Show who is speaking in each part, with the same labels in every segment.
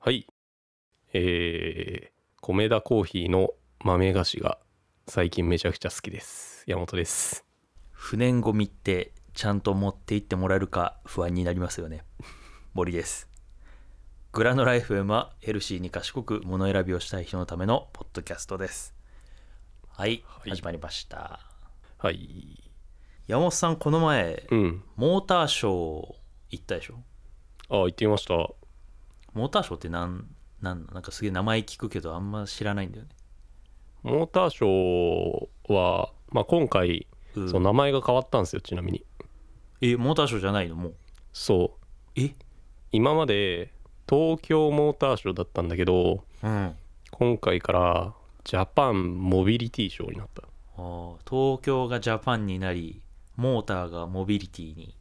Speaker 1: はい。えー、米田コーヒーの豆菓子が最近めちゃくちゃ好きです。山本です。
Speaker 2: 不燃ゴミってちゃんと持って行ってもらえるか不安になりますよね森ですグラノラ FM はヘルシーに賢く物選びをしたい人のためのポッドキャストですはい、
Speaker 1: はい
Speaker 2: 始まりました
Speaker 1: はい。
Speaker 2: 山本さんこの前
Speaker 1: うん。
Speaker 2: モーターショー行ったでしょ
Speaker 1: あ、行ってみました。
Speaker 2: モーターショーってなんなんなんかすげえ名前聞くけどあんま知らないんだよね
Speaker 1: モーターショーは、まあ、今回、
Speaker 2: うん
Speaker 1: そう名前が変わったんですよ、ちなみに。
Speaker 2: えモーターショーじゃないのもう
Speaker 1: そう。
Speaker 2: え
Speaker 1: 今まで東京モーターショーだったんだけど、
Speaker 2: うんあ
Speaker 1: 今回からジャパンモビリティショーになった。
Speaker 2: ー東京がジャパンになりモーターがモビリティに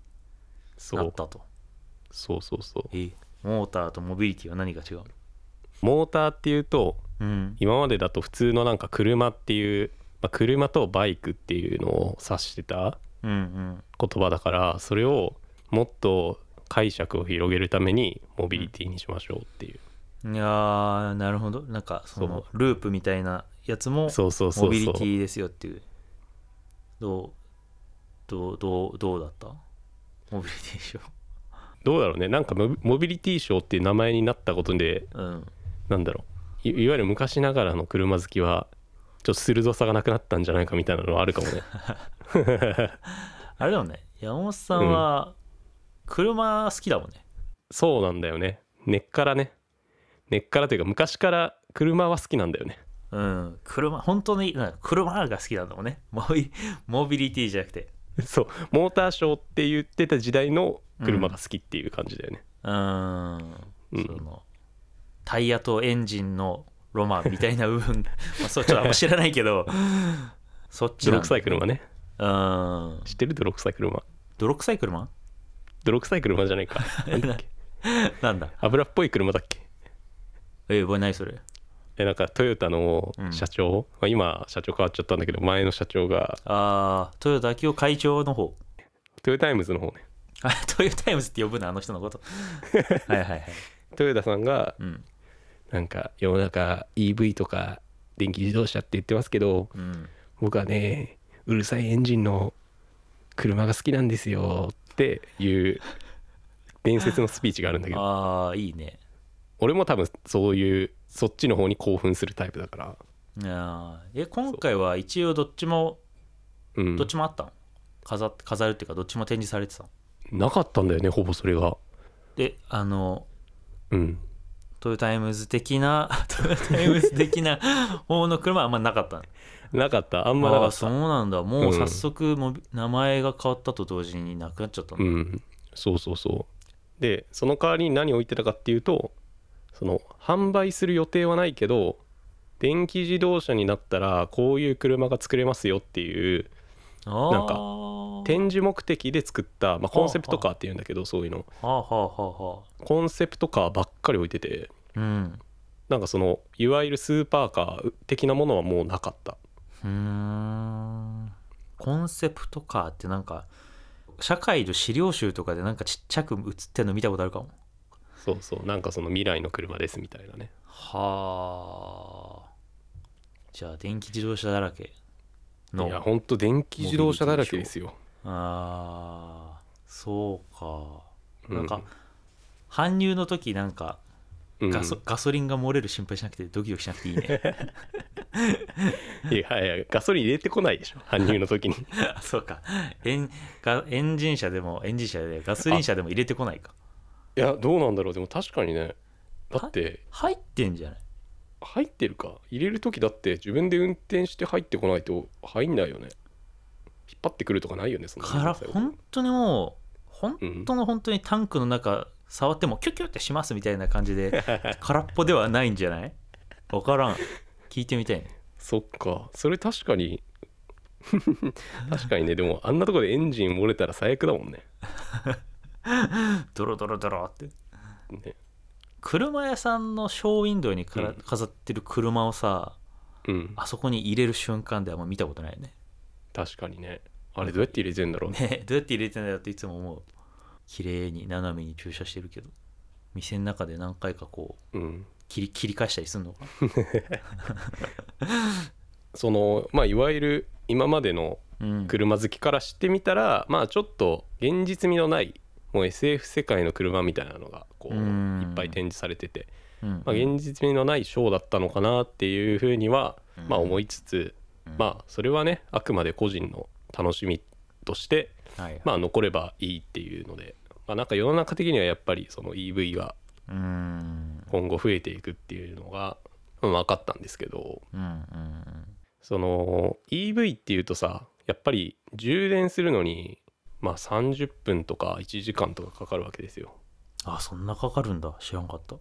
Speaker 1: そ
Speaker 2: なっ
Speaker 1: う。
Speaker 2: たと
Speaker 1: そうそうそう。
Speaker 2: えモーターとモビリティは何が違うの
Speaker 1: モーターっていうと、
Speaker 2: うん
Speaker 1: 今までだと普通のなんか車っていう、まあ、車とバイクっていうのを指してた
Speaker 2: うんうん
Speaker 1: 言葉だからそれをもっと解釈を広げるためにモビリティにしましょうっていう、
Speaker 2: いやーなるほどなんかそのループみたいなやつも
Speaker 1: そうそうそ
Speaker 2: モ
Speaker 1: う
Speaker 2: ビリ
Speaker 1: そ
Speaker 2: テ
Speaker 1: う
Speaker 2: ィですよっていうどうどうどうどうだったモビリティでしょ
Speaker 1: どうだろうねなんかモビモビリティショーっていう名前になったことで
Speaker 2: うん
Speaker 1: なんだろういいわゆる昔ながらの車好きはちょっと鋭さがなくなったんじゃないかみたいなのはあるか もね
Speaker 2: あれだもんね山本さんは車好きだもんね、
Speaker 1: そうなんだよね根っからね根っからというか昔から車は好きなんだよね
Speaker 2: うん、車本当になんか車が好きなんだもんねモビモビリティじゃなくて
Speaker 1: そうモーターショーって言ってた時代の車が好きっていう感じだよね、
Speaker 2: うーん、
Speaker 1: うん
Speaker 2: そのタイヤとエンジンのロマンみたいな 部分まあそうちょっとあんま知らないけどそっち
Speaker 1: 泥
Speaker 2: なんだ
Speaker 1: 臭い車ね
Speaker 2: うーん
Speaker 1: 知ってる泥臭い車
Speaker 2: 泥臭い車
Speaker 1: 泥臭い車じゃないか なんだっけ
Speaker 2: なんだ
Speaker 1: 油っぽい車だっけ
Speaker 2: えー、何それ
Speaker 1: えなんかトヨタの社長、まあ、今社長変わっちゃったんだけど前の社長が
Speaker 2: ああトヨタ明夫会長の方
Speaker 1: トヨタイムズの方ね
Speaker 2: あトヨタイムズって呼ぶなあの人のこと はいはいはい
Speaker 1: トヨタさんが
Speaker 2: うん
Speaker 1: なんか世の中 EV とか電気自動車って言ってますけど
Speaker 2: うん
Speaker 1: 僕はねうるさいエンジンの車が好きなんですよっていう伝説のスピーチがあるんだけど
Speaker 2: ああいいね
Speaker 1: 俺も多分そういうそっちの方に興奮するタイプだから、
Speaker 2: あーえ今回は一応どっちも
Speaker 1: うん
Speaker 2: どっ、ちもあったの飾っ飾るっていうかどっちも展示されてたの
Speaker 1: なかったんだよねほぼそれが
Speaker 2: であの
Speaker 1: うん
Speaker 2: トヨタイムズ的な トヨタイムズ的な方の車はあんまなかった
Speaker 1: なかったあんまな
Speaker 2: あ
Speaker 1: か
Speaker 2: あ
Speaker 1: った
Speaker 2: そうなんだもううん早速もう名前が変わったと同時になくなっちゃった
Speaker 1: う
Speaker 2: の
Speaker 1: んそうそうそうでその代わりに何を置いてたかっていうとその販売する予定はないけど電気自動車になったらこういう車が作れますよっていう
Speaker 2: ああ
Speaker 1: なんか
Speaker 2: は
Speaker 1: 展示目的で作った、まあ、コンセプトカーっていうんだけどそういうの
Speaker 2: あはあはあはあ
Speaker 1: コンセプトカーばっかり置いてて
Speaker 2: うん
Speaker 1: なんかそのいわゆるスーパーカー的なものはもうなかった
Speaker 2: うーんコンセプトカーってなんか社会の資料集とかでなんかちっちゃく写ってるの見たことあるかも
Speaker 1: そうそうなんかその未来の車ですみたいなね
Speaker 2: はあじゃあ電気自動車だらけの
Speaker 1: いやほんと電気自動車だらけですよ
Speaker 2: あーそうか
Speaker 1: うん
Speaker 2: なんか、搬入の時なんか
Speaker 1: うん
Speaker 2: ガソ,、ガソリンが漏れる心配しなくてドキドキしなくていい ね
Speaker 1: いやいやガソリン入れてこないでしょ搬入の時 に
Speaker 2: あそうかエンがエンジン車でもエンジン車でガソリン車でも入れてこないか
Speaker 1: いやどうなんだろうでも確かにねだって
Speaker 2: 入ってんじゃない
Speaker 1: 入ってるか入れる時だって自分で運転して入ってこないと入んないよね引っ張ってくるとかないよねその
Speaker 2: から本当にもう本
Speaker 1: うん
Speaker 2: 当の本当にタンクの中触ってもキュッキュッてしますみたいな感じ で空っぽではないんじゃない分からん聞いてみたいね
Speaker 1: そっかそれ確かに 確かにねでもあんなとこでエンジン漏れたら最悪だもんね
Speaker 2: ドロドロドロって
Speaker 1: ね
Speaker 2: 車屋さんのショーウィンドウにから、
Speaker 1: うん
Speaker 2: 飾ってる車をさ
Speaker 1: うん
Speaker 2: あそこに入れる瞬間ではあんま見たことないよね
Speaker 1: 確かにねあれどうやって入 れてんだろうね
Speaker 2: ねどうやって入れてんだよっていつも思う綺麗に斜めに駐車してるけど店の中で何回かこう
Speaker 1: うん、
Speaker 2: 切り切り返したりするのか
Speaker 1: そのまあいわゆる今までの
Speaker 2: な、うん、
Speaker 1: 車好きからしてみたらまあちょっと現実味のないもう SF 世界の車みたいなのがこう
Speaker 2: うん
Speaker 1: いっぱい展示されてて、
Speaker 2: うん
Speaker 1: まあ、現実味のないショーだったのかなっていうふうには
Speaker 2: うん
Speaker 1: まあ思いつつ
Speaker 2: うん
Speaker 1: まあそれはねあくまで個人の楽しみとして
Speaker 2: はい
Speaker 1: まあ残ればいいっていうのでまあなんか世の中的にはやっぱりその EV が
Speaker 2: うん
Speaker 1: 今後増えていくっていうのがうん分かったんですけど
Speaker 2: うんうん
Speaker 1: その EV っていうとさやっぱり充電するのにまあ30分とか1時間とかかかるわけですよ
Speaker 2: あそんなかかるんだ知らんかった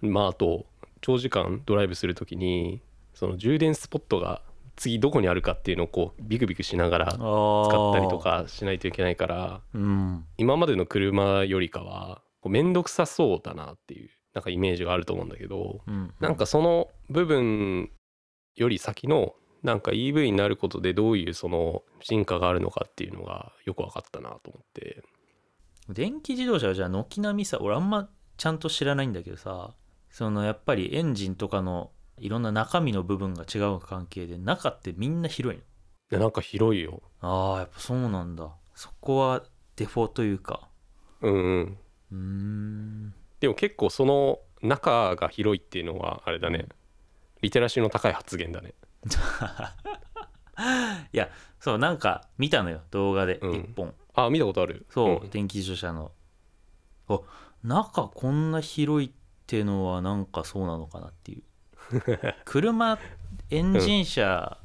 Speaker 1: まああと長時間ドライブするときにその充電スポットが次どこにあるかっていうのをこうビクビクしながら使
Speaker 2: 使
Speaker 1: ったりとかしないといけないから
Speaker 2: うん
Speaker 1: 今までの車よりかはこう面倒くさそうだなっていうなんかイメージがあると思うんだけど
Speaker 2: うん
Speaker 1: なんかその部分より先のなんか EV になることでどういうその進化があるのかっていうのがよく分かったなと思って
Speaker 2: 電気自動車はじゃあ軒並みさ俺あんまちゃんと知らないんだけどさそのやっぱりエンジンとかのいろんな中身の部分が違う関係で中ってみんな広いの
Speaker 1: でなんか広いよ
Speaker 2: あーやっぱそうなんだそこはデフォというか
Speaker 1: うんうん
Speaker 2: うーん
Speaker 1: でも結構その中が広いっていうのはあれだねリテラシーの高い発言だね
Speaker 2: いやそうなんか見たのよ動画で
Speaker 1: うん
Speaker 2: 1本、
Speaker 1: あ見たことある
Speaker 2: そう、
Speaker 1: ん
Speaker 2: 電気自動車のあ中こんな広いってのはなんかそうなのかなって いう車エンジン車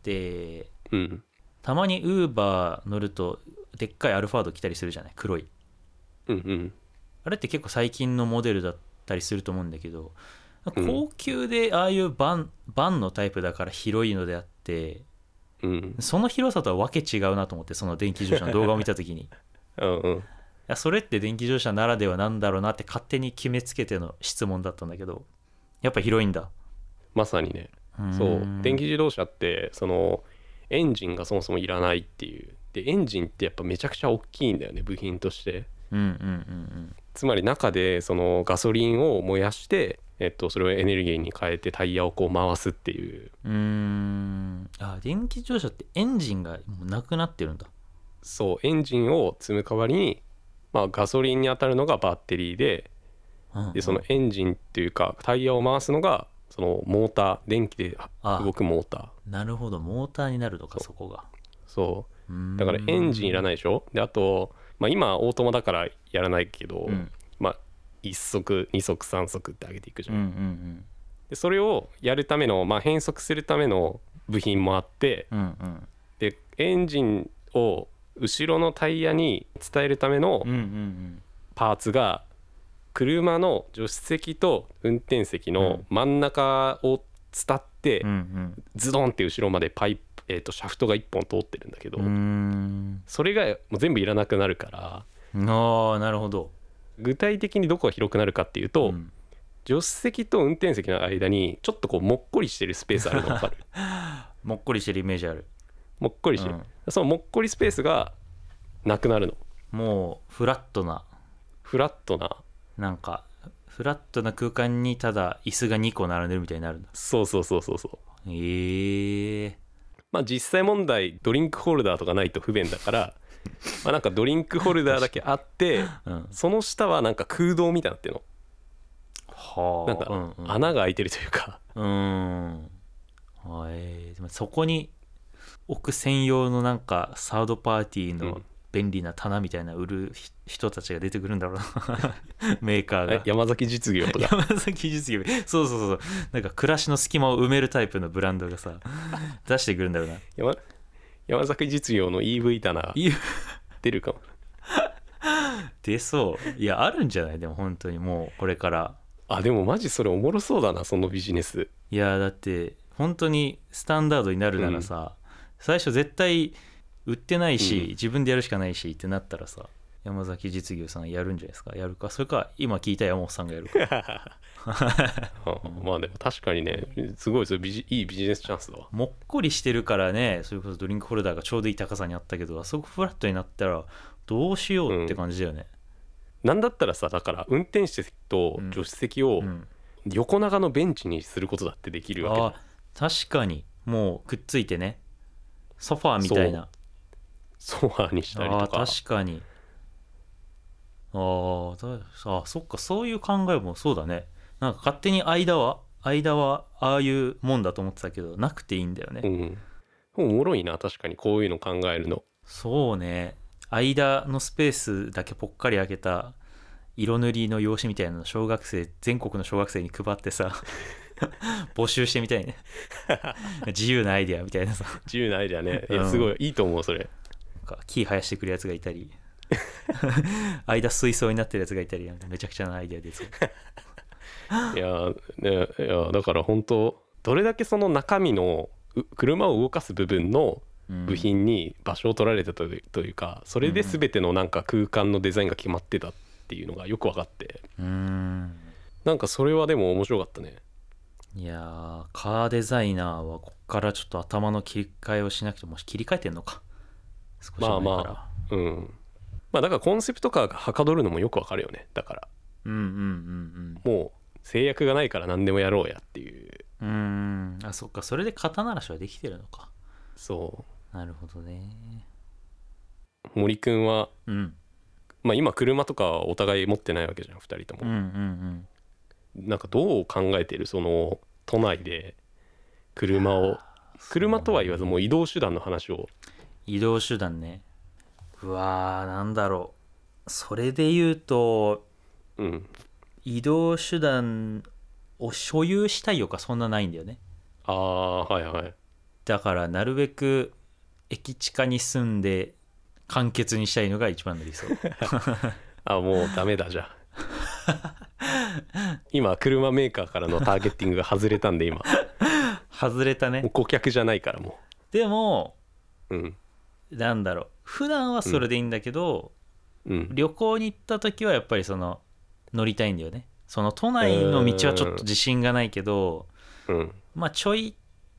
Speaker 2: って、
Speaker 1: うん
Speaker 2: たまにウーバー乗るとでっかいアルファード来たりするじゃない黒い
Speaker 1: うんうん
Speaker 2: あれって結構最近のモデルだったりすると思うんだけど
Speaker 1: うん
Speaker 2: 高級でああいうバンバンのタイプだから広いのであって
Speaker 1: うん
Speaker 2: その広さとはわけ違うなと思ってその電気自動車の動画を見た 時にい
Speaker 1: うんうん
Speaker 2: やそれって電気自動車ならではなんだろうなって勝手に決めつけての質問だったんだけどやっぱ広いんだ
Speaker 1: まさにねそう電気自動車ってそのエンジンがそもそもいらないっていうでエンジンってやっぱめちゃくちゃ大きいんだよね部品として
Speaker 2: うんうんうん
Speaker 1: つまり中でそのガソリンを燃やして、えっと、それをエネルギーに変えてタイヤをこう回すっていう
Speaker 2: うんうーんあ電気自動車ってエンジンがもうなくなってるんだ
Speaker 1: そうエンジンを積む代わりに、まあ、ガソリンに当たるのがバッテリーで
Speaker 2: うん
Speaker 1: でそのエンジンっていうかタイヤを回すのがそのモーター電気で
Speaker 2: あ
Speaker 1: 動くモーター
Speaker 2: なるほどモーターになるのか
Speaker 1: そう
Speaker 2: そこが
Speaker 1: そう
Speaker 2: うーん
Speaker 1: だからエンジンいら
Speaker 2: な
Speaker 1: な
Speaker 2: い
Speaker 1: いでしょであと、まあ、今オートマだからやらないけど、
Speaker 2: うん
Speaker 1: まあ、1足2足3足って上げていくじ
Speaker 2: う
Speaker 1: ゃん、
Speaker 2: んうん
Speaker 1: でそれをやるための、まあ、変速するための部品もあって
Speaker 2: うんうんうん
Speaker 1: でエンジンを後ろのタイヤに伝えるための
Speaker 2: うんうん
Speaker 1: パーツが車の助手席と運転席の真ん中を伝って
Speaker 2: うんうん
Speaker 1: ズドンって後ろまでパイプ、えー、とシャフトが1本通ってるんだけど、
Speaker 2: うーん
Speaker 1: それがもう全部いらなくなるから。
Speaker 2: ああなるほど
Speaker 1: 具体的にどこが広くなるかっていうと、
Speaker 2: うん
Speaker 1: 助手席と運転席の間にちょっとこうもっこりしてるスペースあるの分 かる
Speaker 2: もっこりしてるイメージある
Speaker 1: もっこりしてる、
Speaker 2: うん
Speaker 1: そのもっこりスペースがなくなるの
Speaker 2: もうフラットな
Speaker 1: フラットな
Speaker 2: なんかフラットな空間にただ椅子が2個並んでるみたいになるんだ
Speaker 1: そうそうそうそうそう
Speaker 2: ええ
Speaker 1: まあ実際問題ドリンクホルダーとかないと不便だから まあなんかドリンクホルダーだけあって
Speaker 2: うん
Speaker 1: その下はなんか空洞みたいになってる
Speaker 2: は
Speaker 1: の
Speaker 2: あ
Speaker 1: なんか
Speaker 2: うんうん
Speaker 1: 穴が開いてるというか
Speaker 2: うーん。あえーでもそこに置く専用のなんかサードパーティー
Speaker 1: う
Speaker 2: の
Speaker 1: ん
Speaker 2: 便利な棚みたいな売るひ人たちが出てくるんだろうな メーカー
Speaker 1: え
Speaker 2: が。
Speaker 1: 山崎実業とか
Speaker 2: 山崎実業そうそうそうなんか暮らしの隙間を埋めるタイプのブランドがさ出してくるんだろうな
Speaker 1: 山山崎実業の EV 棚
Speaker 2: いや
Speaker 1: 出るかも
Speaker 2: 出そういやあるんじゃないでも本当にもうこれから
Speaker 1: あでもマジそれおもろそうだなそのビジネ ス
Speaker 2: いやだって本当にスタンダードになるならさ、最初絶対売ってないし、
Speaker 1: うん
Speaker 2: 自分でやるしかないしってなったらさ山崎実業さんやるんじゃないですかやるかそれか今聞いた山本さん がやるか
Speaker 1: うんまあでも確かにねすごいそれビジいいビジネスチャンスだわ
Speaker 2: もっこりしてるからねそれこそドリンクホルダーがちょうどいい高さにあったけどあそこフラットになったらどうしようって感じだよね、
Speaker 1: なんだったらさだから運転手席と
Speaker 2: うん
Speaker 1: 助手席を
Speaker 2: うん
Speaker 1: 横長のベンチにすることだってできるわけだ、
Speaker 2: あ確かにもうくっついてねソファーみたいな
Speaker 1: ソファーにしたりと
Speaker 2: あー
Speaker 1: か
Speaker 2: 確かにあーたあそっかそういう考えもそうだねなんか勝手に間は間はああいうもんだと思ってたけどなくていいんだよね、
Speaker 1: うんおもろいな確かにこういうの考えるの
Speaker 2: そうね間のスペースだけぽっかり開けた色塗りの用紙みたいなの小学生全国の小学生に配っ てさ募集してみたいね 自由なアイデアみたいなさ
Speaker 1: 自由なアイデアねい
Speaker 2: うん
Speaker 1: やすごいいいと思うそれ
Speaker 2: なんか木生やしてくるやつがいた り間水槽になってるやつがいたりなんかめちゃくちゃなアイデアです
Speaker 1: いや,、ね、いやだから本当どれだけその中身のう車を動かす部分の部品に場所を取られたというというかそれで全てのなんか空間のデザインが決まってたっていうのがよく分かって
Speaker 2: うーん
Speaker 1: なんかそれはでも面白かったね
Speaker 2: いやーカーデザイナーはこっからちょっと頭の切り替えをしなくてもし切り替えてんのか少し前か
Speaker 1: ま
Speaker 2: ら、
Speaker 1: あまうんまあだからコンセプトカーがはかどるのもよくわかるよねだから
Speaker 2: うんうん
Speaker 1: もう制約がないから何でもやろうやっていう
Speaker 2: うんうんうーんあそっかそれで肩慣らしはできてるのか
Speaker 1: そ
Speaker 2: なるほどね
Speaker 1: う森くんは
Speaker 2: うん
Speaker 1: まあ今車とかはお互い持ってないわけじゃん2人と
Speaker 2: うんうんう
Speaker 1: も、
Speaker 2: ん
Speaker 1: なんかどう考えてるその都内で車を車とは言わずもう移動手段の話を
Speaker 2: 移動手段ねうわーなんだろうそれで言うと
Speaker 1: うん
Speaker 2: 移動手段を所有したい欲はそんなないんだよね
Speaker 1: ああはいはい
Speaker 2: だからなるべく駅地下に住んで簡潔にしたいのが一番の 理想
Speaker 1: あもうダメだじゃ あ今車メーカーからのターゲッティングが外れたんで今も
Speaker 2: 外れた
Speaker 1: う
Speaker 2: ね
Speaker 1: 顧客じゃないからも
Speaker 2: でも
Speaker 1: ううん
Speaker 2: なんだろう普段はそれでいいんだけど、
Speaker 1: うん
Speaker 2: 旅行に行った時はやっぱりその乗りたいんだよねその都内の道はちょっと自信がないけど、
Speaker 1: うん
Speaker 2: まあちょい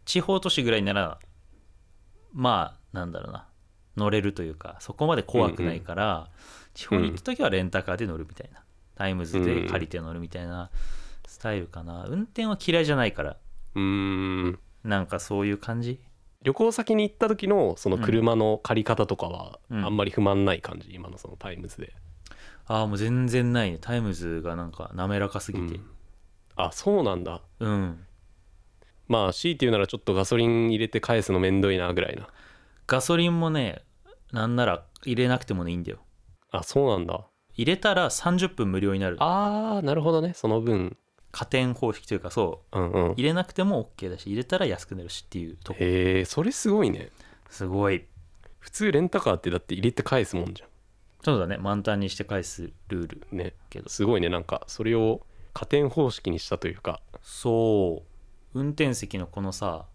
Speaker 2: 地方都市ぐらいならまあなんだろうな乗れるというかそこまで怖くないから、地方に行った時はレンタカーで乗るみたいな、タイムズで借りて乗るみたいなスタイルかな、運転は嫌いじゃないから
Speaker 1: うーん
Speaker 2: なんかそういう感じ
Speaker 1: 旅行先に行った時のその車の借り方とかは
Speaker 2: うん
Speaker 1: あんまり不満ない感じ、今のそのタイムズで、
Speaker 2: ああもう全然ないねタイムズがなんか滑らかすぎ
Speaker 1: う
Speaker 2: て
Speaker 1: んあそうなんだ
Speaker 2: うん、
Speaker 1: まあ C っていうならちょっとガソリン入れて返すのめんどいなぐらいな
Speaker 2: ガソリンもねなんなら入れなくてもいいんだよ
Speaker 1: あそうなんだ
Speaker 2: 入れたら30分無料になる
Speaker 1: あーなるほどねその分
Speaker 2: 加点方式というかそう
Speaker 1: うんうん
Speaker 2: 入れなくても OK だし入れたら安くなるしっていうとこ
Speaker 1: へえそれすごいね
Speaker 2: すごい
Speaker 1: 普通レンタカーってだって入れて返すもんじゃ
Speaker 2: そうだね満タンにして返すルール
Speaker 1: んね
Speaker 2: けど
Speaker 1: すごいねなんかそれを加点方式にしたというか
Speaker 2: そう運転席のこのさ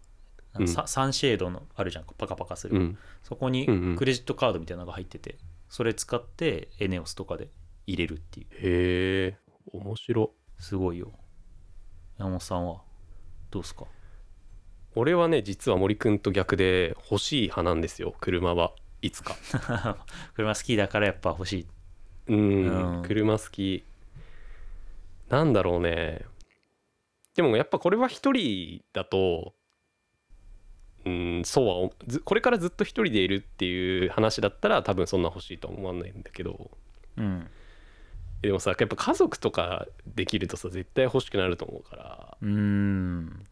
Speaker 2: なんかさ
Speaker 1: う
Speaker 2: サンシェードのあるじゃんパカパカする、
Speaker 1: うん
Speaker 2: そこ
Speaker 1: うんう
Speaker 2: に
Speaker 1: ん
Speaker 2: クレジットカードみたいなのが入っててそれ使ってエネオスとかで入れるっていう
Speaker 1: へえ面白
Speaker 2: すごいよ山本さんはどうですか
Speaker 1: 俺はね実は森くんと逆で欲しい派なんですよ車はいつか
Speaker 2: 車好きだからやっぱ欲しい
Speaker 1: うん、
Speaker 2: うん
Speaker 1: 車好きなんだろうねでもやっぱこれは一人だとうんそうはおずこれからずっと一人でいるっていう話だったら多分そんな欲しいとは思わないんだけど
Speaker 2: うん
Speaker 1: でもさやっぱ家族とかできるとさ絶対欲しくなると思うから
Speaker 2: うーん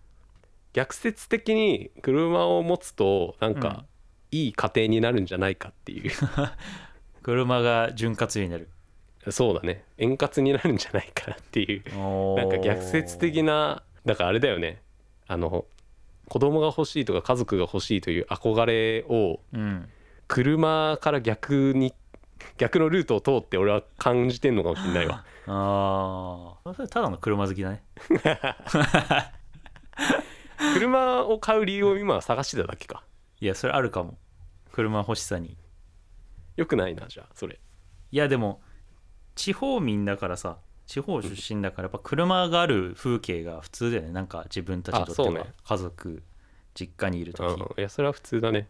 Speaker 1: 逆説的に車を持つとなん
Speaker 2: うん
Speaker 1: かいい家庭になるんじゃないかっていう、
Speaker 2: 車が潤滑油になる
Speaker 1: そうだね円滑になるんじゃないかなっていう
Speaker 2: な
Speaker 1: なんか逆説的なだからあれだよねあの子供が欲しいとか家族が欲しいという憧れを
Speaker 2: うん
Speaker 1: 車から逆に逆のルートを通って俺は感じてんのかもしれないわ
Speaker 2: ああそれただの車好きだね
Speaker 1: 車を買う理由を今は探してただけか
Speaker 2: いやそれあるかも車欲しさに
Speaker 1: よくないなじゃあそれ
Speaker 2: いやでも地方民だからさ地方出身だからやっぱ車がある風景が普通だよねなんか自分たちにとって
Speaker 1: あそう
Speaker 2: は
Speaker 1: ね
Speaker 2: 家族実家にいる
Speaker 1: うん
Speaker 2: 時
Speaker 1: いやそれは普通だね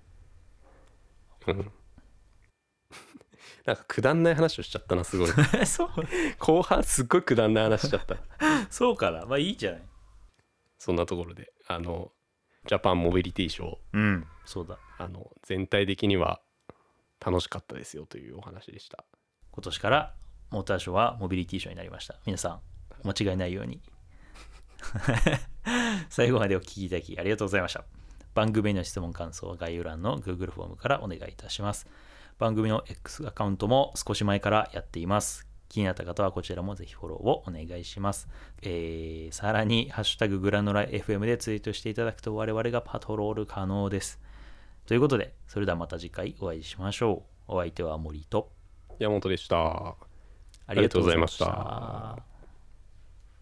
Speaker 1: うん なんかくだんない話をしちゃったなすごい
Speaker 2: そう
Speaker 1: 後半すっごいくだんない話しちゃった
Speaker 2: そうかなまあいいじゃない
Speaker 1: そんなところであのジャパンモビリティショー
Speaker 2: うんそうだ
Speaker 1: あの全体的には楽しかったですよというお話でした
Speaker 2: 今年からモーターショーはモビリティショーになりました皆さんお間違いないように 最後までお聞きいただきありがとうございました番組への質問感想は概要欄の Google フォームからお願いいたします番組の X アカウントも少し前からやっています気になった方はこちらもぜひフォローをお願いします、えーさらに「ハッシュタググラノラ FM」でツイートしていただくと我々がパトロール可能ですということでそれではまた次回お会いしましょうお相手は森と
Speaker 1: 山本でした
Speaker 2: あ
Speaker 1: りがとうございました。